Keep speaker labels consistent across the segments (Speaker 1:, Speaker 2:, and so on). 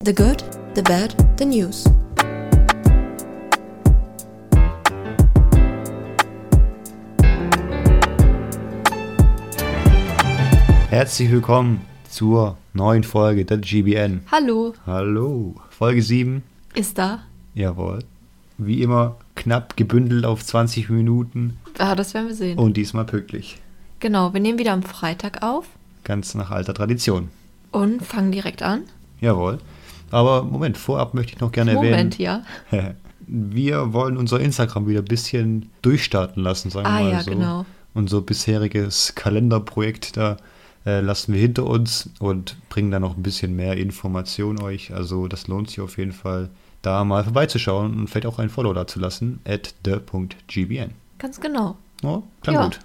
Speaker 1: The Good, The Bad, The News.
Speaker 2: Herzlich willkommen zur neuen Folge der GBN.
Speaker 1: Hallo,
Speaker 2: Hallo, Folge 7.
Speaker 1: ist da?
Speaker 2: Jawohl. Wie immer knapp gebündelt auf 20 Minuten
Speaker 1: Ah, das werden wir sehen.
Speaker 2: und diesmal pünktlich.
Speaker 1: Genau, wir nehmen wieder am Freitag auf
Speaker 2: Ganz nach alter Tradition.
Speaker 1: und fangen direkt an.
Speaker 2: Jawohl. Aber Moment, vorab möchte ich noch gerne
Speaker 1: Moment,
Speaker 2: erwähnen.
Speaker 1: ja.
Speaker 2: Wir wollen unser Instagram wieder ein bisschen durchstarten lassen, sagen
Speaker 1: Ah,
Speaker 2: wir mal
Speaker 1: ja,
Speaker 2: so.
Speaker 1: genau.
Speaker 2: Unser bisheriges Kalenderprojekt da äh, lassen wir hinter uns und bringen da noch ein bisschen mehr Information euch. Also das lohnt sich auf jeden Fall, da mal vorbeizuschauen und vielleicht auch ein Follow dazulassen at the.gbn.
Speaker 1: Ganz genau.
Speaker 2: Oh, klang
Speaker 1: ja,
Speaker 2: gut.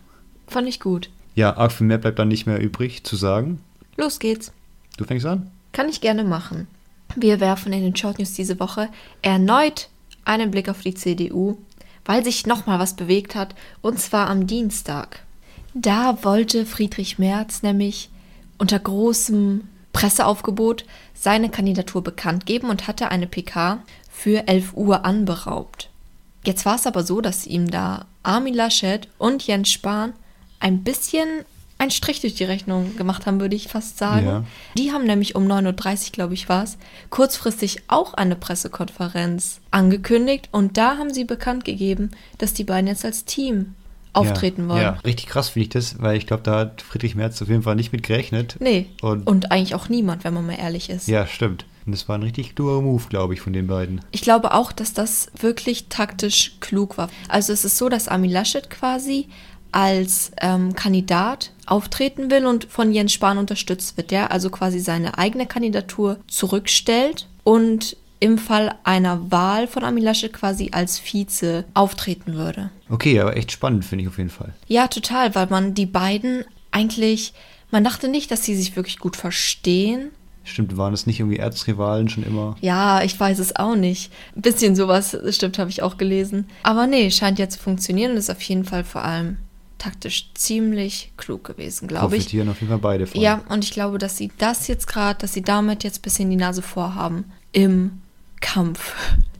Speaker 1: fand ich gut.
Speaker 2: Ja, arg viel mehr bleibt dann nicht mehr übrig zu sagen.
Speaker 1: Los geht's.
Speaker 2: Du fängst an?
Speaker 1: Kann ich gerne machen. Wir werfen in den Short News diese Woche erneut einen Blick auf die CDU, weil sich nochmal was bewegt hat, und zwar am Dienstag. Da wollte Friedrich Merz nämlich unter großem Presseaufgebot seine Kandidatur bekannt geben und hatte eine PK für 11 Uhr anberaumt. Jetzt war es aber so, dass ihm da Armin Laschet und Jens Spahn ein bisschen einen Strich durch die Rechnung gemacht haben, würde ich fast sagen.
Speaker 2: Ja.
Speaker 1: Die haben nämlich um 9.30 Uhr, glaube ich, war es, kurzfristig auch eine Pressekonferenz angekündigt und da haben sie bekannt gegeben, dass die beiden jetzt als Team auftreten
Speaker 2: ja,
Speaker 1: wollen.
Speaker 2: Ja, richtig krass finde ich das, weil ich glaube, da hat Friedrich Merz auf jeden Fall nicht mit gerechnet.
Speaker 1: Nee,
Speaker 2: Und,
Speaker 1: und, eigentlich auch niemand, wenn man mal ehrlich ist.
Speaker 2: ja, stimmt. Und das war ein richtig kluger Move, glaube ich, von den beiden.
Speaker 1: Ich glaube auch, dass das wirklich taktisch klug war. Also es ist so, dass Armin Laschet quasi als ähm, Kandidat auftreten will und von Jens Spahn unterstützt wird, der also quasi seine eigene Kandidatur zurückstellt und im Fall einer Wahl von Armin Laschet quasi als Vize auftreten würde.
Speaker 2: Okay, aber echt spannend finde ich auf jeden Fall.
Speaker 1: Ja, total, weil man die beiden eigentlich, man dachte nicht, dass sie sich wirklich gut verstehen.
Speaker 2: Stimmt, waren es nicht irgendwie Erzrivalen schon immer?
Speaker 1: Ja, ich weiß es auch nicht. Ein bisschen sowas, stimmt, habe ich auch gelesen. Aber nee, scheint ja zu funktionieren und ist auf jeden Fall vor allem taktisch ziemlich klug gewesen, glaube ich.
Speaker 2: Profitieren auf jeden Fall beide von.
Speaker 1: Ja, und ich glaube, dass sie das jetzt gerade, dass sie damit jetzt ein bisschen die Nase vorhaben im Kampf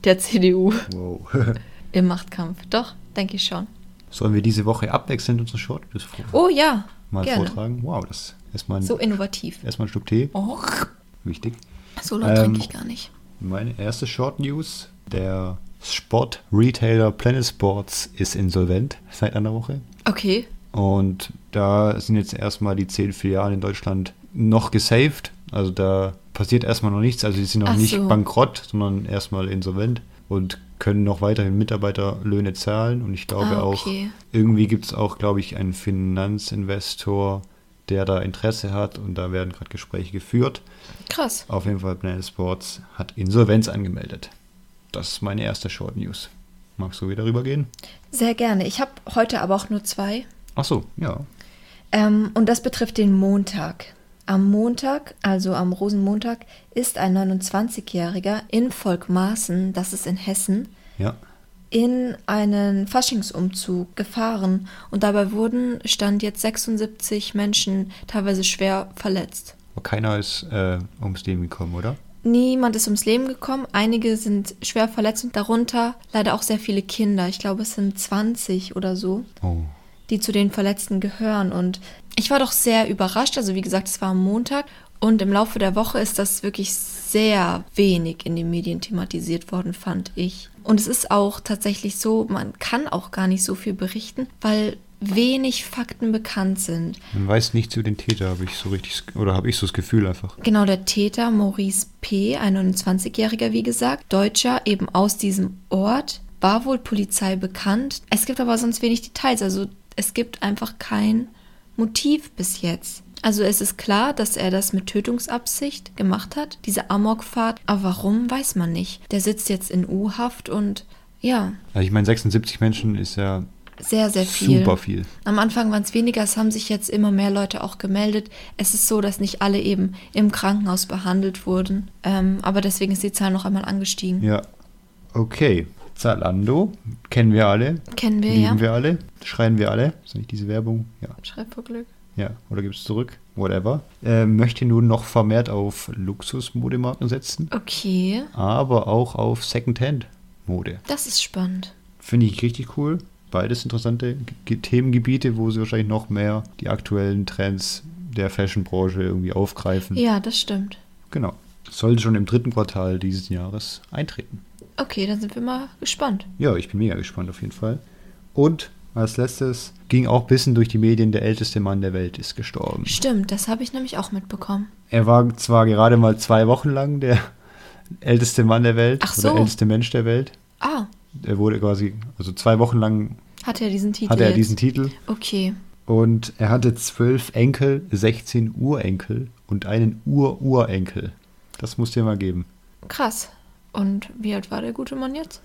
Speaker 1: der CDU,
Speaker 2: Wow.
Speaker 1: im Machtkampf. Doch, denke ich schon.
Speaker 2: Sollen wir diese Woche abwechselnd unsere Short das vor-
Speaker 1: Oh ja,
Speaker 2: mal
Speaker 1: gerne.
Speaker 2: vortragen? Wow, das ist erstmal ein,
Speaker 1: So innovativ.
Speaker 2: erstmal ein Stück Tee.
Speaker 1: Oh,
Speaker 2: Wichtig.
Speaker 1: so laut
Speaker 2: Ähm,
Speaker 1: trinke ich gar nicht.
Speaker 2: Meine erste Short News. Der Sport-Retailer Planet Sports ist insolvent seit einer Woche.
Speaker 1: Okay,
Speaker 2: Und da sind jetzt erstmal die zehn Filialen in Deutschland noch gesaved. Also da passiert erstmal noch nichts. Also die sind noch
Speaker 1: Ach
Speaker 2: nicht
Speaker 1: so.
Speaker 2: bankrott, sondern erstmal insolvent und können noch weiterhin Mitarbeiterlöhne zahlen. Und ich glaube
Speaker 1: Ah,
Speaker 2: auch,
Speaker 1: okay.
Speaker 2: irgendwie gibt es auch, glaube ich, einen Finanzinvestor, der da Interesse hat. Und da werden gerade Gespräche geführt.
Speaker 1: krass.
Speaker 2: Auf jeden Fall, Planet Sports hat Insolvenz angemeldet. Das ist meine erste Short News. Magst du wieder rübergehen?
Speaker 1: Sehr gerne. Ich habe heute aber auch nur zwei.
Speaker 2: Ach so, ja.
Speaker 1: Ähm, und das betrifft den Montag. Am Montag, also am Rosenmontag, ist ein 29-Jähriger in Volkmaßen, das ist in Hessen,
Speaker 2: Ja.
Speaker 1: in einen Faschingsumzug gefahren. Und dabei wurden, stand jetzt 76 Menschen teilweise schwer verletzt.
Speaker 2: Aber keiner ist äh, ums Leben gekommen, oder?
Speaker 1: Niemand ist ums Leben gekommen, einige sind schwer verletzt und darunter leider auch sehr viele Kinder. Ich glaube, es sind 20 oder so.
Speaker 2: Oh.
Speaker 1: die zu den Verletzten gehören. Und ich war doch sehr überrascht. Also wie gesagt, es war am Montag. Und im Laufe der Woche ist das wirklich sehr wenig in den Medien thematisiert worden, fand ich. Und es ist auch tatsächlich so, man kann auch gar nicht so viel berichten, weil wenig Fakten bekannt sind.
Speaker 2: Man weiß nichts über den Täter, habe ich so richtig, oder habe ich so das Gefühl einfach.
Speaker 1: Genau, der Täter Maurice P., ein 29-Jähriger, wie gesagt, Deutscher, eben aus diesem Ort, war wohl Polizei bekannt. Es gibt aber sonst wenig Details, also es gibt einfach kein Motiv bis jetzt. Also es ist klar, dass er das mit Tötungsabsicht gemacht hat, diese Amokfahrt, aber warum, weiß man nicht. Der sitzt jetzt in U-Haft und ja,
Speaker 2: Also ich meine, 76 Menschen ist ja
Speaker 1: sehr, sehr viel.
Speaker 2: super viel.
Speaker 1: Am Anfang waren es weniger, es haben sich jetzt immer mehr Leute auch gemeldet. Es ist so, dass nicht alle eben im Krankenhaus behandelt wurden. Ähm, aber deswegen ist die Zahl noch einmal angestiegen.
Speaker 2: Ja. Okay. Zalando kennen wir alle.
Speaker 1: Kennen wir,
Speaker 2: Lieben
Speaker 1: ja.
Speaker 2: wir alle. Schreien wir alle. Ist nicht diese Werbung? Ja.
Speaker 1: Schreib vor Glück.
Speaker 2: Ja, oder gibt es zurück? Whatever. Äh, möchte nun noch vermehrt auf Luxus-Modemarken setzen,
Speaker 1: Okay,
Speaker 2: aber auch auf Secondhand-Mode.
Speaker 1: das ist spannend.
Speaker 2: Finde ich richtig cool. Beides interessante G Themengebiete, wo sie wahrscheinlich noch mehr die aktuellen Trends der Fashionbranche irgendwie aufgreifen.
Speaker 1: Ja, das stimmt.
Speaker 2: Genau. Sollte schon im dritten Quartal dieses Jahres eintreten.
Speaker 1: Okay, dann sind wir mal gespannt.
Speaker 2: Ja, ich bin mega gespannt auf jeden Fall. Und als letztes ging auch ein bisschen durch die Medien, der älteste Mann der Welt ist gestorben.
Speaker 1: Stimmt, das habe ich nämlich auch mitbekommen.
Speaker 2: Er war zwar gerade mal zwei Wochen lang der älteste Mann der Welt
Speaker 1: Ach so.
Speaker 2: oder älteste Mensch der Welt.
Speaker 1: Ah,
Speaker 2: Er wurde quasi, also zwei Wochen lang
Speaker 1: hat er diesen Titel
Speaker 2: hatte er
Speaker 1: jetzt?
Speaker 2: diesen Titel.
Speaker 1: okay,
Speaker 2: Und er hatte zwölf Enkel, 16 Urenkel und einen Ur-Urenkel. Das muss dir mal geben.
Speaker 1: krass. Und wie alt war der gute Mann jetzt?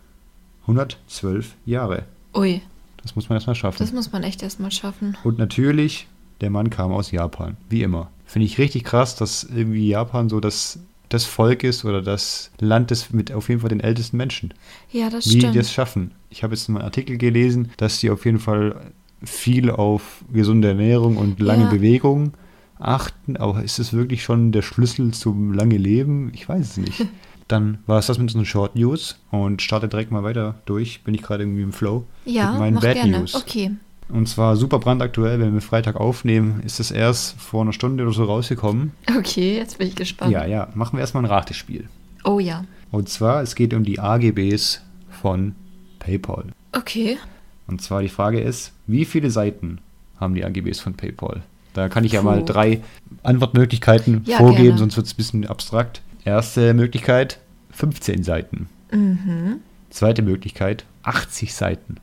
Speaker 2: 112 Jahre.
Speaker 1: Ui,
Speaker 2: Das muss man erstmal schaffen.
Speaker 1: das muss man echt erstmal schaffen.
Speaker 2: Und natürlich, der Mann kam aus Japan, wie immer. Finde ich richtig krass, dass irgendwie Japan so das, das Volk ist oder das Land ist mit auf jeden Fall den ältesten Menschen.
Speaker 1: Ja, das
Speaker 2: Wie die
Speaker 1: stimmt.
Speaker 2: das schaffen. Ich habe jetzt mal einen Artikel gelesen, dass die auf jeden Fall viel auf gesunde Ernährung und lange
Speaker 1: Ja.
Speaker 2: Bewegung achten, aber ist es wirklich schon der Schlüssel zum lange Leben? Ich weiß es nicht. Dann war es das mit unseren Short News und starte direkt mal weiter durch. Bin ich gerade irgendwie im Flow.
Speaker 1: ja,
Speaker 2: mit meinen
Speaker 1: mach
Speaker 2: Bad
Speaker 1: gerne.
Speaker 2: News.
Speaker 1: Okay.
Speaker 2: Und zwar super brandaktuell, wenn wir Freitag aufnehmen, ist es erst vor einer Stunde oder so rausgekommen.
Speaker 1: Okay, jetzt bin ich gespannt.
Speaker 2: Ja, ja, machen wir erstmal ein Ratespiel.
Speaker 1: Oh ja.
Speaker 2: Und zwar, es geht um die AGBs von PayPal.
Speaker 1: Okay.
Speaker 2: Und zwar die Frage ist, wie viele Seiten haben die AGBs von PayPal? Da kann ich ja mal
Speaker 1: Puh.
Speaker 2: drei Antwortmöglichkeiten
Speaker 1: Ja,
Speaker 2: vorgeben,
Speaker 1: gerne.
Speaker 2: sonst wird es ein bisschen abstrakt. Erste Möglichkeit, 15 Seiten.
Speaker 1: Mhm.
Speaker 2: Zweite Möglichkeit, 80 Seiten.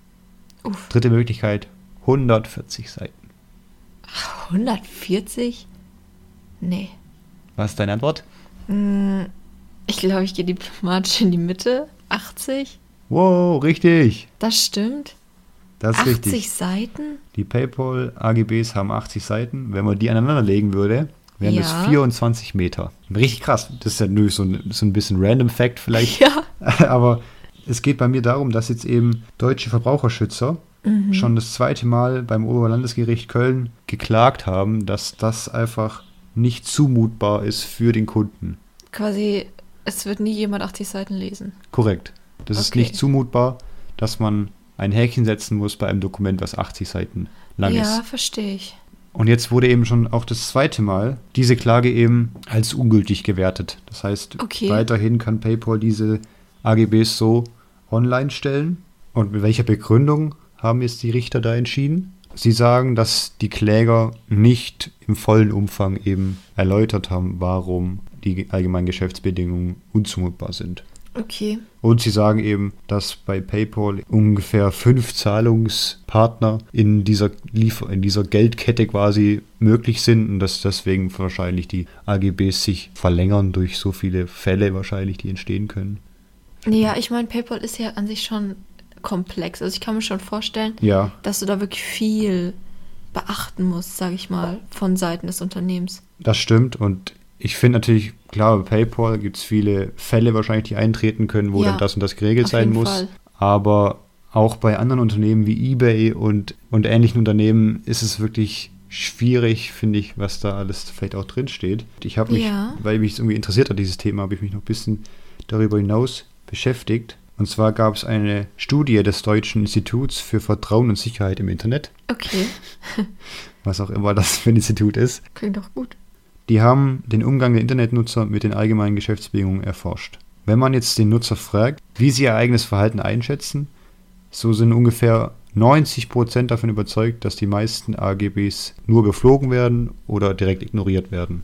Speaker 1: Uff,
Speaker 2: Dritte Möglichkeit, 140 Seiten.
Speaker 1: 140? Nee.
Speaker 2: Was ist deine Antwort?
Speaker 1: Mm, Ich glaube, ich gehe diplomatisch in die Mitte. 80?
Speaker 2: Wow, richtig.
Speaker 1: Das stimmt.
Speaker 2: Das ist
Speaker 1: 80
Speaker 2: richtig.
Speaker 1: Seiten?
Speaker 2: Die PayPal AGBs haben 80 Seiten. Wenn man die aneinander legen würde, wären
Speaker 1: Ja.
Speaker 2: das 24 Meter. Richtig krass. Das ist ja nur so ein, so ein bisschen random Fact vielleicht.
Speaker 1: Ja.
Speaker 2: Aber es geht bei mir darum, dass jetzt eben deutsche Verbraucherschützer
Speaker 1: Mhm.
Speaker 2: schon das zweite Mal beim Oberlandesgericht Köln geklagt haben, dass das einfach nicht zumutbar ist für den Kunden.
Speaker 1: Quasi, es wird nie jemand 80 Seiten lesen.
Speaker 2: Korrekt. Das ist
Speaker 1: Okay.
Speaker 2: nicht zumutbar, dass man ein Häkchen setzen muss bei einem Dokument, was 80 Seiten lang ist.
Speaker 1: ja, verstehe ich.
Speaker 2: Und jetzt wurde eben schon auch das zweite Mal diese Klage eben als ungültig gewertet. Das heißt,
Speaker 1: Okay.
Speaker 2: weiterhin kann PayPal diese AGBs so online stellen. Und mit welcher Begründung haben jetzt die Richter da entschieden? Sie sagen, dass die Kläger nicht im vollen Umfang eben erläutert haben, warum die allgemeinen Geschäftsbedingungen unzumutbar sind.
Speaker 1: Okay.
Speaker 2: Und sie sagen eben, dass bei PayPal ungefähr fünf Zahlungspartner in dieser, Liefer in dieser Geldkette quasi möglich sind und dass deswegen wahrscheinlich die AGBs sich verlängern durch so viele Fälle wahrscheinlich, die entstehen können.
Speaker 1: Nee, ja, ich meine, PayPal ist ja an sich schon komplex. Also ich kann mir schon vorstellen,
Speaker 2: Ja,
Speaker 1: dass du da wirklich viel beachten musst, sage ich mal, von Seiten des Unternehmens.
Speaker 2: das stimmt und ich finde natürlich, klar, bei PayPal gibt es viele Fälle wahrscheinlich, die eintreten können, wo
Speaker 1: Ja,
Speaker 2: dann das und das geregelt
Speaker 1: auf
Speaker 2: sein
Speaker 1: jeden
Speaker 2: muss.
Speaker 1: Fall.
Speaker 2: Aber auch bei anderen Unternehmen wie eBay und, und ähnlichen Unternehmen ist es wirklich schwierig, finde ich, was da alles vielleicht auch drinsteht. Ich habe mich,
Speaker 1: Ja.
Speaker 2: weil mich es irgendwie interessiert hat, dieses Thema, habe ich mich noch ein bisschen darüber hinaus beschäftigt. Und zwar gab es eine Studie des Deutschen Instituts für Vertrauen und Sicherheit im Internet,
Speaker 1: Okay,
Speaker 2: was auch immer das für ein Institut ist.
Speaker 1: klingt doch gut.
Speaker 2: Die haben den Umgang der Internetnutzer mit den allgemeinen Geschäftsbedingungen erforscht. Wenn man jetzt den Nutzer fragt, wie sie ihr eigenes Verhalten einschätzen, so sind ungefähr 90% davon überzeugt, dass die meisten AGBs nur geflogen werden oder direkt ignoriert werden.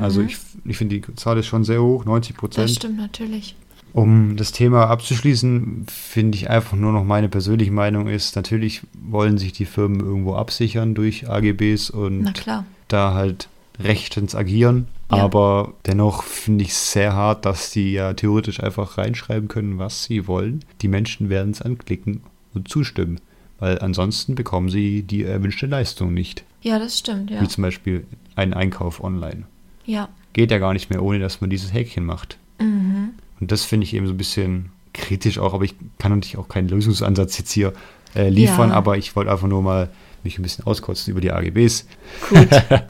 Speaker 2: Also ich, ich finde die Zahl ist schon sehr hoch, 90
Speaker 1: Mhm. Das
Speaker 2: Prozent.
Speaker 1: stimmt natürlich.
Speaker 2: Um das Thema abzuschließen, finde ich einfach nur noch meine persönliche Meinung ist, natürlich wollen sich die Firmen irgendwo absichern durch AGBs und
Speaker 1: Na klar.
Speaker 2: da halt rechtens agieren.
Speaker 1: Ja.
Speaker 2: Aber dennoch finde ich es sehr hart, dass die ja theoretisch einfach reinschreiben können, was sie wollen. Die Menschen werden es anklicken und zustimmen, weil ansonsten bekommen sie die erwünschte Leistung nicht.
Speaker 1: Ja, das stimmt, ja.
Speaker 2: Wie zum Beispiel einen Einkauf online.
Speaker 1: Ja.
Speaker 2: Geht ja gar nicht mehr, ohne dass man dieses Häkchen macht.
Speaker 1: Mhm.
Speaker 2: Und das finde ich eben so ein bisschen kritisch auch, aber ich kann natürlich auch keinen Lösungsansatz jetzt hier äh, liefern,
Speaker 1: Ja.
Speaker 2: aber ich wollte einfach nur mal mich ein bisschen auskotzen über die AGBs.
Speaker 1: Gut.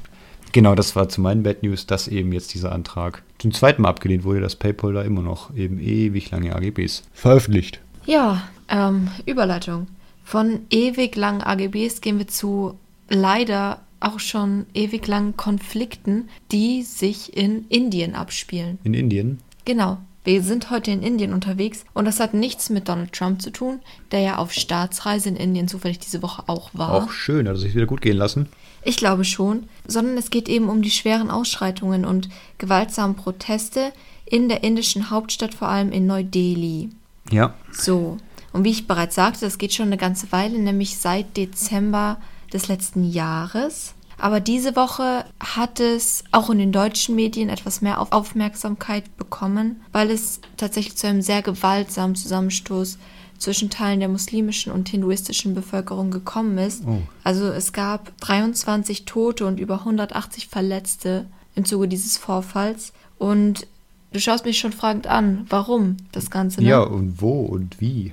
Speaker 2: Genau, das war zu meinen Bad News, dass eben jetzt dieser Antrag zum zweiten Mal abgelehnt wurde, dass PayPal da immer noch eben ewig lange AGBs veröffentlicht.
Speaker 1: Ja, ähm, Überleitung. Von ewig langen AGBs gehen wir zu leider auch schon ewig langen Konflikten, die sich in Indien abspielen.
Speaker 2: In Indien
Speaker 1: Genau. Wir sind heute in Indien unterwegs und das hat nichts mit Donald Trump zu tun, der ja auf Staatsreise in Indien zufällig diese Woche auch war.
Speaker 2: auch schön, hat er sich wieder gut gehen lassen.
Speaker 1: Ich glaube schon, sondern es geht eben um die schweren Ausschreitungen und gewaltsamen Proteste in der indischen Hauptstadt, vor allem in Neu-Delhi.
Speaker 2: Ja,
Speaker 1: So, und wie ich bereits sagte, das geht schon eine ganze Weile, nämlich seit Dezember des letzten Jahres. Aber diese Woche hat es auch in den deutschen Medien etwas mehr Auf Aufmerksamkeit bekommen, weil es tatsächlich zu einem sehr gewaltsamen Zusammenstoß zwischen Teilen der muslimischen und hinduistischen Bevölkerung gekommen ist.
Speaker 2: Oh.
Speaker 1: Also es gab 23 Tote und über 180 Verletzte im Zuge dieses Vorfalls. Und du schaust mich schon fragend an, warum das Ganze? ne?
Speaker 2: ja, und wo und wie?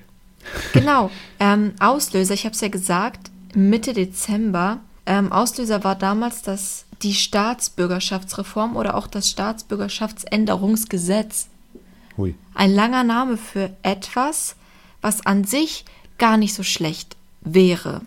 Speaker 1: Genau. Ähm, Auslöser, ich habe es ja gesagt, Mitte Dezember. Ähm, Auslöser war damals das, die Staatsbürgerschaftsreform oder auch das Staatsbürgerschaftsänderungsgesetz.
Speaker 2: Hui.
Speaker 1: Ein langer Name für etwas, was an sich gar nicht so schlecht wäre.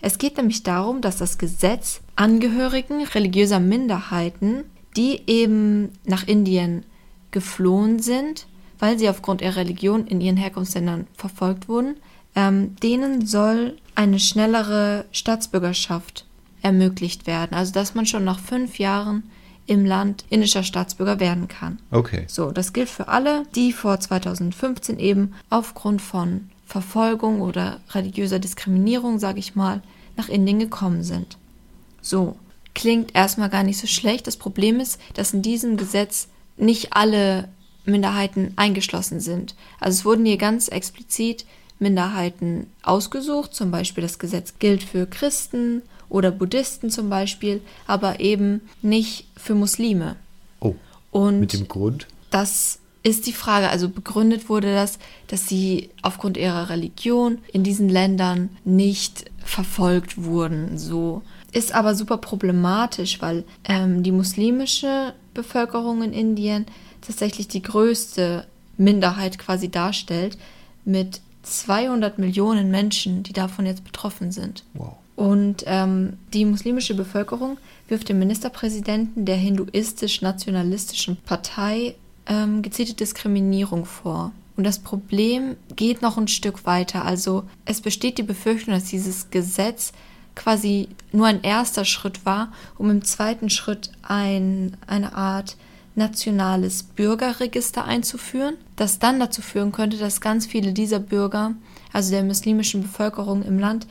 Speaker 1: Es geht nämlich darum, dass das Gesetz Angehörigen religiöser Minderheiten, die eben nach Indien geflohen sind, weil sie aufgrund ihrer Religion in ihren Herkunftsländern verfolgt wurden, ähm, denen soll eine schnellere Staatsbürgerschaft ermöglicht werden. Also dass man schon nach fünf Jahren im Land indischer Staatsbürger werden kann.
Speaker 2: Okay.
Speaker 1: So, das gilt für alle, die vor 2015 eben aufgrund von Verfolgung oder religiöser Diskriminierung, sage ich mal, nach Indien gekommen sind. So, klingt erstmal gar nicht so schlecht. Das Problem ist, dass in diesem Gesetz nicht alle Minderheiten eingeschlossen sind. Also es wurden hier ganz explizit Minderheiten ausgesucht, zum Beispiel das Gesetz gilt für Christen oder Buddhisten zum Beispiel, aber eben nicht für Muslime.
Speaker 2: Oh,
Speaker 1: Und
Speaker 2: mit dem Grund?
Speaker 1: das ist die Frage. Also begründet wurde das, dass sie aufgrund ihrer Religion in diesen Ländern nicht verfolgt wurden. So ist aber super problematisch, weil ähm, die muslimische Bevölkerung in Indien tatsächlich die größte Minderheit quasi darstellt mit 200 Millionen Menschen, die davon jetzt betroffen sind.
Speaker 2: Wow.
Speaker 1: Und ähm, die muslimische Bevölkerung wirft dem Ministerpräsidenten der hinduistisch-nationalistischen Partei ähm, gezielte Diskriminierung vor. Und das Problem geht noch ein Stück weiter. Also es besteht die Befürchtung, dass dieses Gesetz quasi nur ein erster Schritt war, um im zweiten Schritt ein, eine Art nationales Bürgerregister einzuführen, das dann dazu führen könnte, dass ganz viele dieser Bürger, also der muslimischen Bevölkerung im Land,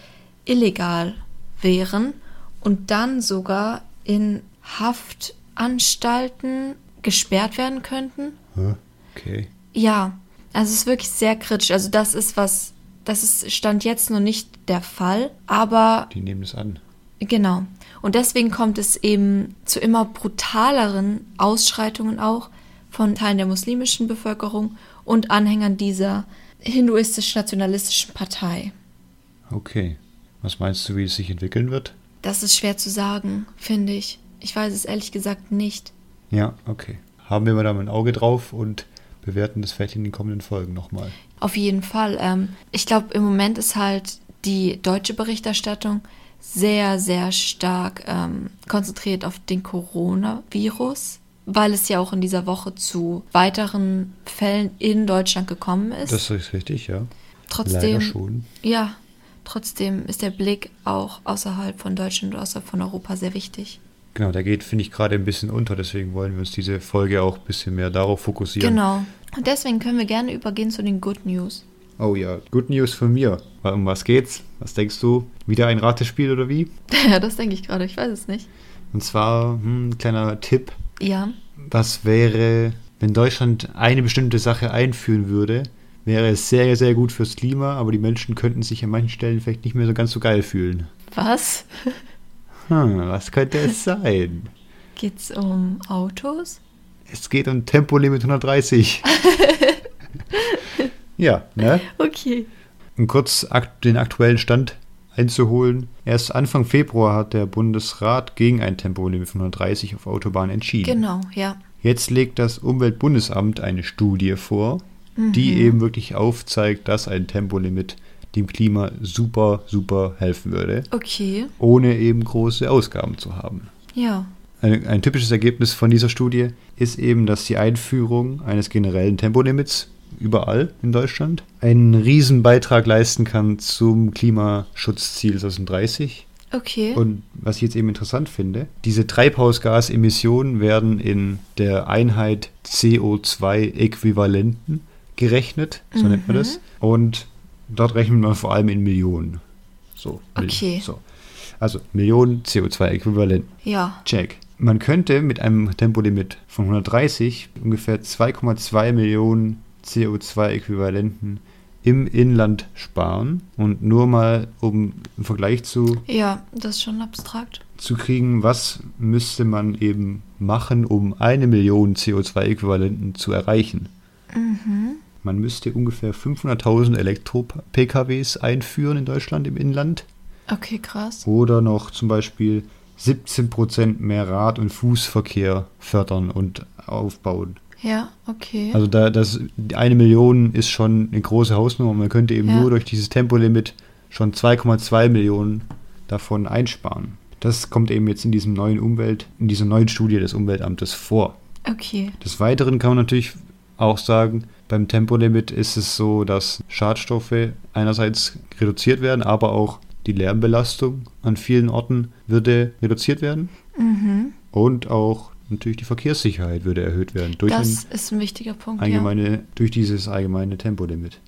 Speaker 1: illegal wären und dann sogar in Haftanstalten gesperrt werden könnten.
Speaker 2: Hä? Okay.
Speaker 1: Ja, also es ist wirklich sehr kritisch. Also das ist was, das ist stand jetzt noch nicht der Fall, aber
Speaker 2: Die nehmen es an.
Speaker 1: Genau. Und deswegen kommt es eben zu immer brutaleren Ausschreitungen auch von Teilen der muslimischen Bevölkerung und Anhängern dieser hinduistisch-nationalistischen Partei.
Speaker 2: Okay. Was meinst du, wie es sich entwickeln wird?
Speaker 1: Das ist schwer zu sagen, finde ich. Ich weiß es ehrlich gesagt nicht.
Speaker 2: Ja, okay. Haben wir mal da mal ein Auge drauf und bewerten das vielleicht in den kommenden Folgen nochmal.
Speaker 1: Auf jeden Fall. Ähm, ich glaube, im Moment ist halt die deutsche Berichterstattung sehr, sehr stark ähm, konzentriert auf den Coronavirus, weil es ja auch in dieser Woche zu weiteren Fällen in Deutschland gekommen ist.
Speaker 2: Das ist richtig, ja.
Speaker 1: trotzdem,
Speaker 2: Leider schon.
Speaker 1: ja, trotzdem ist der Blick auch außerhalb von Deutschland und außerhalb von Europa sehr wichtig.
Speaker 2: Genau, der geht, finde ich, gerade ein bisschen unter. Deswegen wollen wir uns diese Folge auch ein bisschen mehr darauf fokussieren.
Speaker 1: Genau. Und deswegen können wir gerne übergehen zu den Good News.
Speaker 2: Oh ja, Good News von mir. Um was geht's? Was denkst du? Wieder ein Ratespiel oder wie?
Speaker 1: Ja, das denke ich gerade, ich weiß es nicht.
Speaker 2: Und zwar, hm, kleiner Tipp.
Speaker 1: Ja.
Speaker 2: Was wäre, wenn Deutschland eine bestimmte Sache einführen würde? Wäre es sehr, sehr gut fürs Klima, aber die Menschen könnten sich an manchen Stellen vielleicht nicht mehr so ganz so geil fühlen.
Speaker 1: Was?
Speaker 2: Hm, was könnte es sein?
Speaker 1: Geht's um Autos?
Speaker 2: Es geht um Tempolimit 130. ja, ne?
Speaker 1: Okay.
Speaker 2: Um Und kurz akt den aktuellen Stand einzuholen. Erst Anfang Februar hat der Bundesrat gegen ein Tempolimit von 130 auf Autobahnen entschieden.
Speaker 3: Genau, ja.
Speaker 2: Jetzt legt das Umweltbundesamt eine Studie vor, die eben wirklich aufzeigt, dass ein Tempolimit dem Klima super, super helfen würde,
Speaker 3: Okay,
Speaker 2: ohne eben große Ausgaben zu haben.
Speaker 3: ja.
Speaker 2: Ein, ein typisches Ergebnis von dieser Studie ist eben, dass die Einführung eines generellen Tempolimits überall in Deutschland einen riesen Beitrag leisten kann zum Klimaschutzziel 2030.
Speaker 3: Okay.
Speaker 2: Und was ich jetzt eben interessant finde, diese Treibhausgasemissionen werden in der Einheit CO2-Äquivalenten gerechnet, so nennt man das. Und dort rechnet man vor allem in Millionen. So. Mil-
Speaker 3: Okay.
Speaker 2: So. Also Millionen CO2-Äquivalenten.
Speaker 3: ja.
Speaker 2: Check. Man könnte mit einem Tempolimit von 130 ungefähr 2,2 Millionen CO2-Äquivalenten im Inland sparen und nur mal um im Vergleich zu,
Speaker 3: Ja, das ist schon abstrakt.
Speaker 2: zu kriegen, was müsste man eben machen, um eine Million CO2-Äquivalenten zu erreichen. Man müsste ungefähr 500.000 Elektro-PKWs einführen in Deutschland im Inland
Speaker 3: Okay, krass.
Speaker 2: oder noch zum Beispiel 17% mehr Rad- und Fußverkehr fördern und aufbauen.
Speaker 3: Ja, okay.
Speaker 2: Also da das die eine Million ist schon eine große Hausnummer. Man könnte eben
Speaker 3: Ja.
Speaker 2: nur durch dieses Tempolimit schon 2,2 Millionen davon einsparen. Das kommt eben jetzt in diesem neuen Umwelt, in dieser neuen Studie des Umweltamtes vor.
Speaker 3: Okay.
Speaker 2: Des Weiteren kann man natürlich auch sagen, beim Tempolimit ist es so, dass Schadstoffe einerseits reduziert werden, aber auch die Lärmbelastung an vielen Orten würde reduziert werden.
Speaker 3: Mhm.
Speaker 2: Und auch natürlich die Verkehrssicherheit würde erhöht werden durch
Speaker 3: Das ist ein wichtiger Punkt.
Speaker 2: ein allgemeine, durch dieses allgemeine Tempolimit.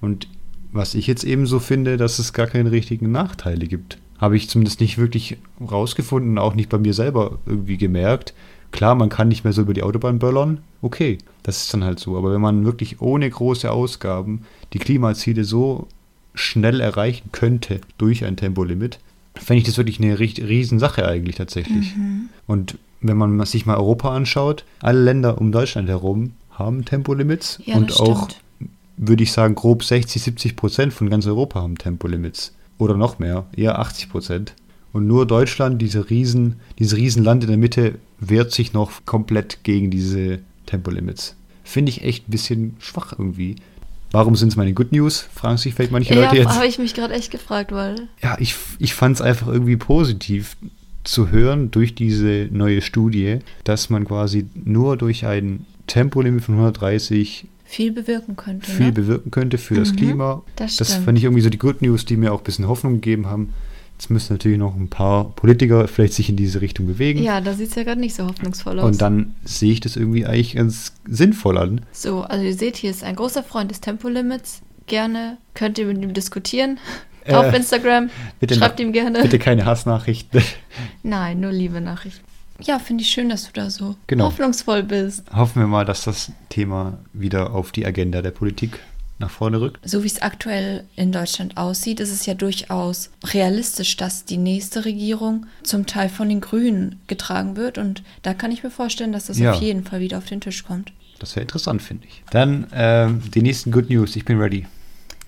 Speaker 2: Und was ich jetzt eben so finde, dass es gar keine richtigen Nachteile gibt. Habe ich zumindest nicht wirklich rausgefunden, auch nicht bei mir selber irgendwie gemerkt. Klar, man kann nicht mehr so über die Autobahn böllern. Okay, das ist dann halt so. Aber wenn man wirklich ohne große Ausgaben die Klimaziele so schnell erreichen könnte durch ein Tempolimit, fände ich das wirklich eine richt- Riesensache eigentlich tatsächlich.
Speaker 3: Mhm.
Speaker 2: Und wenn man sich mal Europa anschaut, alle Länder um Deutschland herum haben Tempolimits
Speaker 3: Ja,
Speaker 2: und
Speaker 3: das
Speaker 2: auch
Speaker 3: stimmt.
Speaker 2: würde ich sagen, grob 60, 70 Prozent von ganz Europa haben Tempolimits. Oder noch mehr, eher 80 Prozent. Und nur Deutschland, diese Riesen, dieses Riesenland in der Mitte, wehrt sich noch komplett gegen diese Tempolimits. Finde ich echt ein bisschen schwach irgendwie. Warum sind es meine Good News? Fragen sich vielleicht manche
Speaker 3: ja,
Speaker 2: Leute
Speaker 3: ja
Speaker 2: halt jetzt.
Speaker 3: habe ich mich gerade echt gefragt, weil.
Speaker 2: Ja, ich, ich fand es einfach irgendwie positiv zu hören durch diese neue Studie, dass man quasi nur durch ein Tempolimit von 130
Speaker 3: Viel bewirken könnte.
Speaker 2: viel
Speaker 3: ne?
Speaker 2: bewirken könnte für das Klima.
Speaker 3: Mhm, das
Speaker 2: das
Speaker 3: stimmt.
Speaker 2: fand ich irgendwie so die Good News, die mir auch ein bisschen Hoffnung gegeben haben. Jetzt müssen natürlich noch ein paar Politiker vielleicht sich in diese Richtung bewegen.
Speaker 3: ja, da sieht es ja gerade nicht so hoffnungsvoll aus.
Speaker 2: Und dann sehe ich das irgendwie eigentlich ganz sinnvoll an.
Speaker 3: so, also ihr seht, hier ist ein großer Freund des Tempolimits. Gerne könnt ihr mit ihm diskutieren.
Speaker 2: Äh,
Speaker 3: Auf Instagram.
Speaker 2: bitte
Speaker 3: Schreibt
Speaker 2: nach-
Speaker 3: ihm gerne.
Speaker 2: Bitte keine Hassnachrichten.
Speaker 3: Nein, nur liebe Nachrichten. Ja, finde ich schön, dass du da so
Speaker 2: Genau.
Speaker 3: hoffnungsvoll bist.
Speaker 2: Hoffen wir mal, dass das Thema wieder auf die Agenda der Politik nach vorne rückt.
Speaker 1: so wie es aktuell in Deutschland aussieht, ist es ja durchaus realistisch, dass die nächste Regierung zum Teil von den Grünen getragen wird. Und da kann ich mir vorstellen, dass das
Speaker 2: Ja.
Speaker 1: auf jeden Fall wieder auf den Tisch kommt.
Speaker 2: Das wäre interessant, finde ich. Dann ähm, die nächsten Good News. Ich bin ready.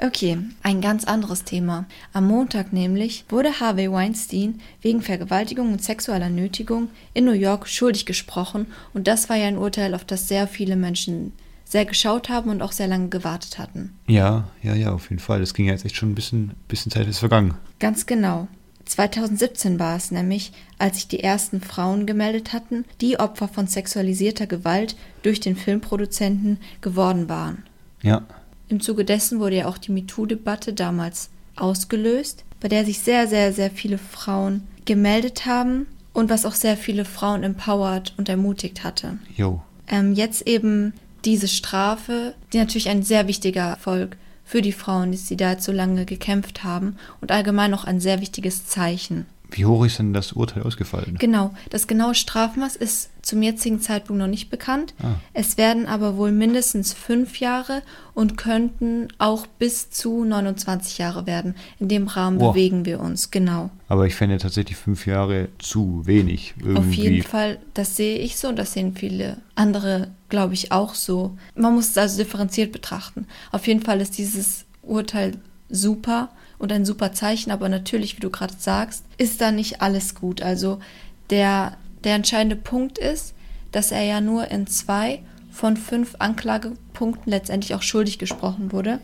Speaker 1: Okay, ein ganz anderes Thema. Am Montag nämlich wurde Harvey Weinstein wegen Vergewaltigung und sexueller Nötigung in New York schuldig gesprochen und das war ja ein Urteil, auf das sehr viele Menschen sehr geschaut haben und auch sehr lange gewartet hatten.
Speaker 2: Ja, ja, ja, auf jeden Fall. Das ging ja jetzt echt schon ein bisschen, bisschen Zeit ist vergangen.
Speaker 1: Ganz genau. 2017 war es nämlich, als sich die ersten Frauen gemeldet hatten, die Opfer von sexualisierter Gewalt durch den Filmproduzenten geworden waren.
Speaker 2: Ja.
Speaker 1: Im Zuge dessen wurde ja auch die MeToo-Debatte damals ausgelöst, bei der sich sehr, sehr, sehr viele Frauen gemeldet haben und was auch sehr viele Frauen empowert und ermutigt hatte.
Speaker 2: Jo.
Speaker 1: Ähm, jetzt eben diese Strafe, die natürlich ein sehr wichtiger Erfolg für die Frauen ist, die da jetzt so lange gekämpft haben und allgemein auch ein sehr wichtiges Zeichen.
Speaker 2: Wie hoch ist denn das Urteil ausgefallen?
Speaker 1: Genau, das genaue Strafmaß ist zum jetzigen Zeitpunkt noch nicht bekannt.
Speaker 2: Ah.
Speaker 1: Es werden aber wohl mindestens fünf Jahre und könnten auch bis zu 29 Jahre werden. In dem Rahmen
Speaker 2: Boah.
Speaker 1: bewegen wir uns, genau.
Speaker 2: Aber ich fände tatsächlich fünf Jahre zu wenig. Irgendwie.
Speaker 1: Auf jeden Fall, das sehe ich so und das sehen viele andere, glaube ich, auch so. Man muss es also differenziert betrachten. Auf jeden Fall ist dieses Urteil super und ein super Zeichen, aber natürlich, wie du gerade sagst, ist da nicht alles gut. Also der, der entscheidende Punkt ist, dass er ja nur in zwei von fünf Anklagepunkten letztendlich auch schuldig gesprochen wurde.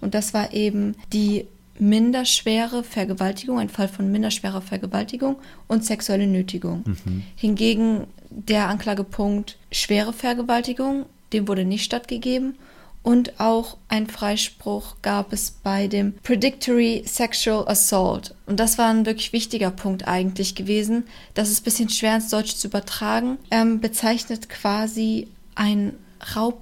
Speaker 1: Und das war eben die minderschwere Vergewaltigung, ein Fall von minderschwerer Vergewaltigung und sexuelle Nötigung.
Speaker 2: Mhm.
Speaker 1: Hingegen der Anklagepunkt schwere Vergewaltigung, dem wurde nicht stattgegeben. Und auch ein Freispruch gab es bei dem Predictory Sexual Assault. Und das war ein wirklich wichtiger Punkt eigentlich gewesen. Das ist ein bisschen schwer ins Deutsche zu übertragen. Ähm, bezeichnet quasi ein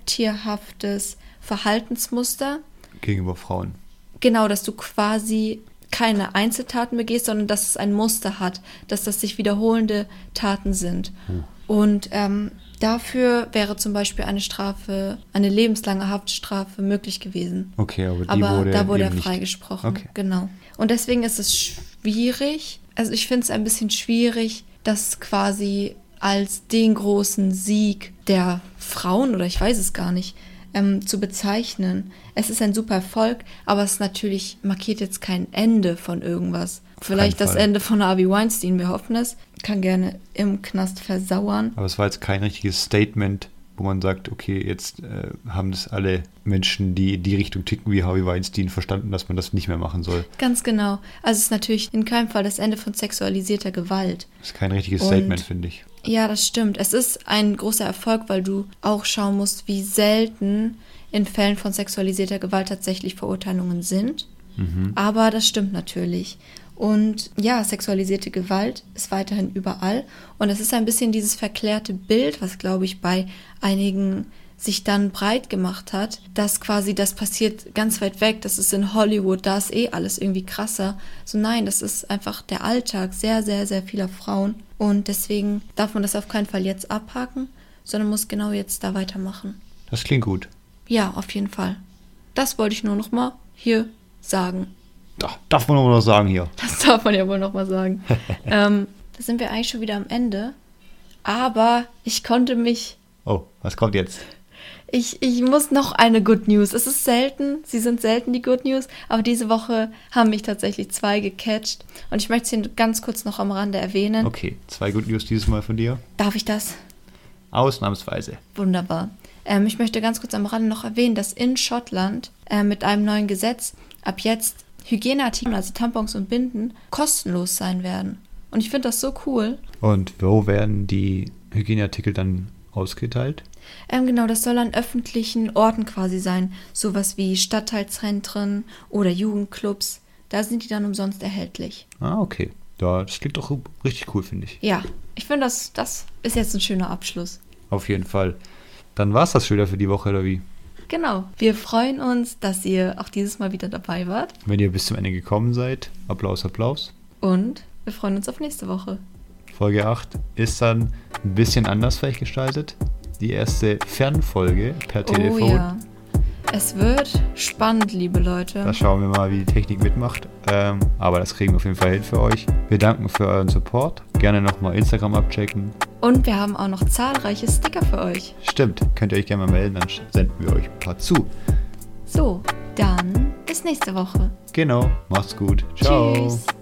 Speaker 1: raubtierhaftes Verhaltensmuster.
Speaker 2: Gegenüber Frauen.
Speaker 1: Genau, dass du quasi keine Einzeltaten begehst, sondern dass es ein Muster hat, dass das sich wiederholende Taten sind.
Speaker 2: Hm.
Speaker 1: Und ähm, dafür wäre zum Beispiel eine Strafe, eine lebenslange Haftstrafe möglich gewesen.
Speaker 2: Okay, aber die
Speaker 1: Aber
Speaker 2: wurde
Speaker 1: da wurde er
Speaker 2: eben nicht.
Speaker 1: freigesprochen.
Speaker 2: Okay.
Speaker 1: Genau. Und deswegen ist es schwierig, also ich finde es ein bisschen schwierig, das quasi als den großen Sieg der Frauen oder ich weiß es gar nicht ähm, zu bezeichnen. Es ist ein super Erfolg, aber es natürlich markiert jetzt kein Ende von irgendwas. Vielleicht das
Speaker 2: Fall.
Speaker 1: Ende von Harvey Weinstein, wir hoffen es. Kann gerne im Knast versauern.
Speaker 2: Aber es war jetzt kein richtiges Statement, wo man sagt, okay, jetzt äh, haben das alle Menschen, die in die Richtung ticken wie Harvey Weinstein, verstanden, dass man das nicht mehr machen soll.
Speaker 1: Ganz genau. Also es ist natürlich in keinem Fall das Ende von sexualisierter Gewalt.
Speaker 2: Das ist kein richtiges
Speaker 1: Und-
Speaker 2: Statement, finde ich.
Speaker 1: Ja, das stimmt. Es ist ein großer Erfolg, weil du auch schauen musst, wie selten in Fällen von sexualisierter Gewalt tatsächlich Verurteilungen sind. Aber das stimmt natürlich. Und ja, sexualisierte Gewalt ist weiterhin überall. Und es ist ein bisschen dieses verklärte Bild, was, glaube ich, bei einigen sich dann breit gemacht hat, dass quasi das passiert ganz weit weg, das ist in Hollywood, da ist eh alles irgendwie krasser. So nein, das ist einfach der Alltag sehr, sehr, sehr vieler Frauen. Und deswegen darf man das auf keinen Fall jetzt abhaken, sondern muss genau jetzt da weitermachen.
Speaker 2: Das klingt gut.
Speaker 1: Ja, auf jeden Fall. Das wollte ich nur nochmal hier sagen.
Speaker 2: Da, darf man aber noch sagen hier.
Speaker 1: Das darf man ja wohl nochmal sagen. ähm, da sind wir eigentlich schon wieder am Ende. Aber ich konnte mich
Speaker 2: Oh, was kommt jetzt?
Speaker 1: Ich, ich muss noch eine Good News. Es ist selten, sie sind selten die Good News, aber diese Woche haben mich tatsächlich zwei gecatcht. Und ich möchte sie ganz kurz noch am Rande erwähnen.
Speaker 2: Okay, zwei Good News dieses Mal von dir.
Speaker 1: Darf ich das?
Speaker 2: Ausnahmsweise.
Speaker 1: Wunderbar. Ähm, ich möchte ganz kurz am Rande noch erwähnen, dass in Schottland äh, mit einem neuen Gesetz ab jetzt Hygieneartikel, also Tampons und Binden, kostenlos sein werden. Und ich finde das so cool.
Speaker 2: Und wo werden die Hygieneartikel dann ausgeteilt?
Speaker 1: Ähm, genau, das soll an öffentlichen Orten quasi sein. Sowas wie Stadtteilzentren oder Jugendclubs. Da sind die dann umsonst erhältlich.
Speaker 2: Ah, okay. Ja, das klingt doch richtig cool, finde ich.
Speaker 1: Ja, ich finde, das, das ist jetzt ein schöner Abschluss.
Speaker 2: Auf jeden Fall. Dann war's das schon wieder für die Woche, oder wie?
Speaker 1: Genau. Wir freuen uns, dass ihr auch dieses Mal wieder dabei wart.
Speaker 2: Wenn ihr bis zum Ende gekommen seid, Applaus, Applaus.
Speaker 1: Und wir freuen uns auf nächste Woche.
Speaker 2: Folge 8 ist dann ein bisschen anders vielleicht gestaltet. Die erste Fernfolge per Telefon.
Speaker 1: Oh ja. Es wird spannend, liebe Leute.
Speaker 2: Da schauen wir mal, wie die Technik mitmacht. Ähm, aber das kriegen wir auf jeden Fall hin für euch. Wir danken für euren Support. Gerne nochmal Instagram abchecken.
Speaker 1: Und wir haben auch noch zahlreiche Sticker für euch.
Speaker 2: Stimmt, könnt ihr euch gerne mal melden, dann sch- senden wir euch ein paar zu.
Speaker 1: So, dann bis nächste Woche.
Speaker 2: Genau, macht's gut. Ciao.
Speaker 1: Tschüss.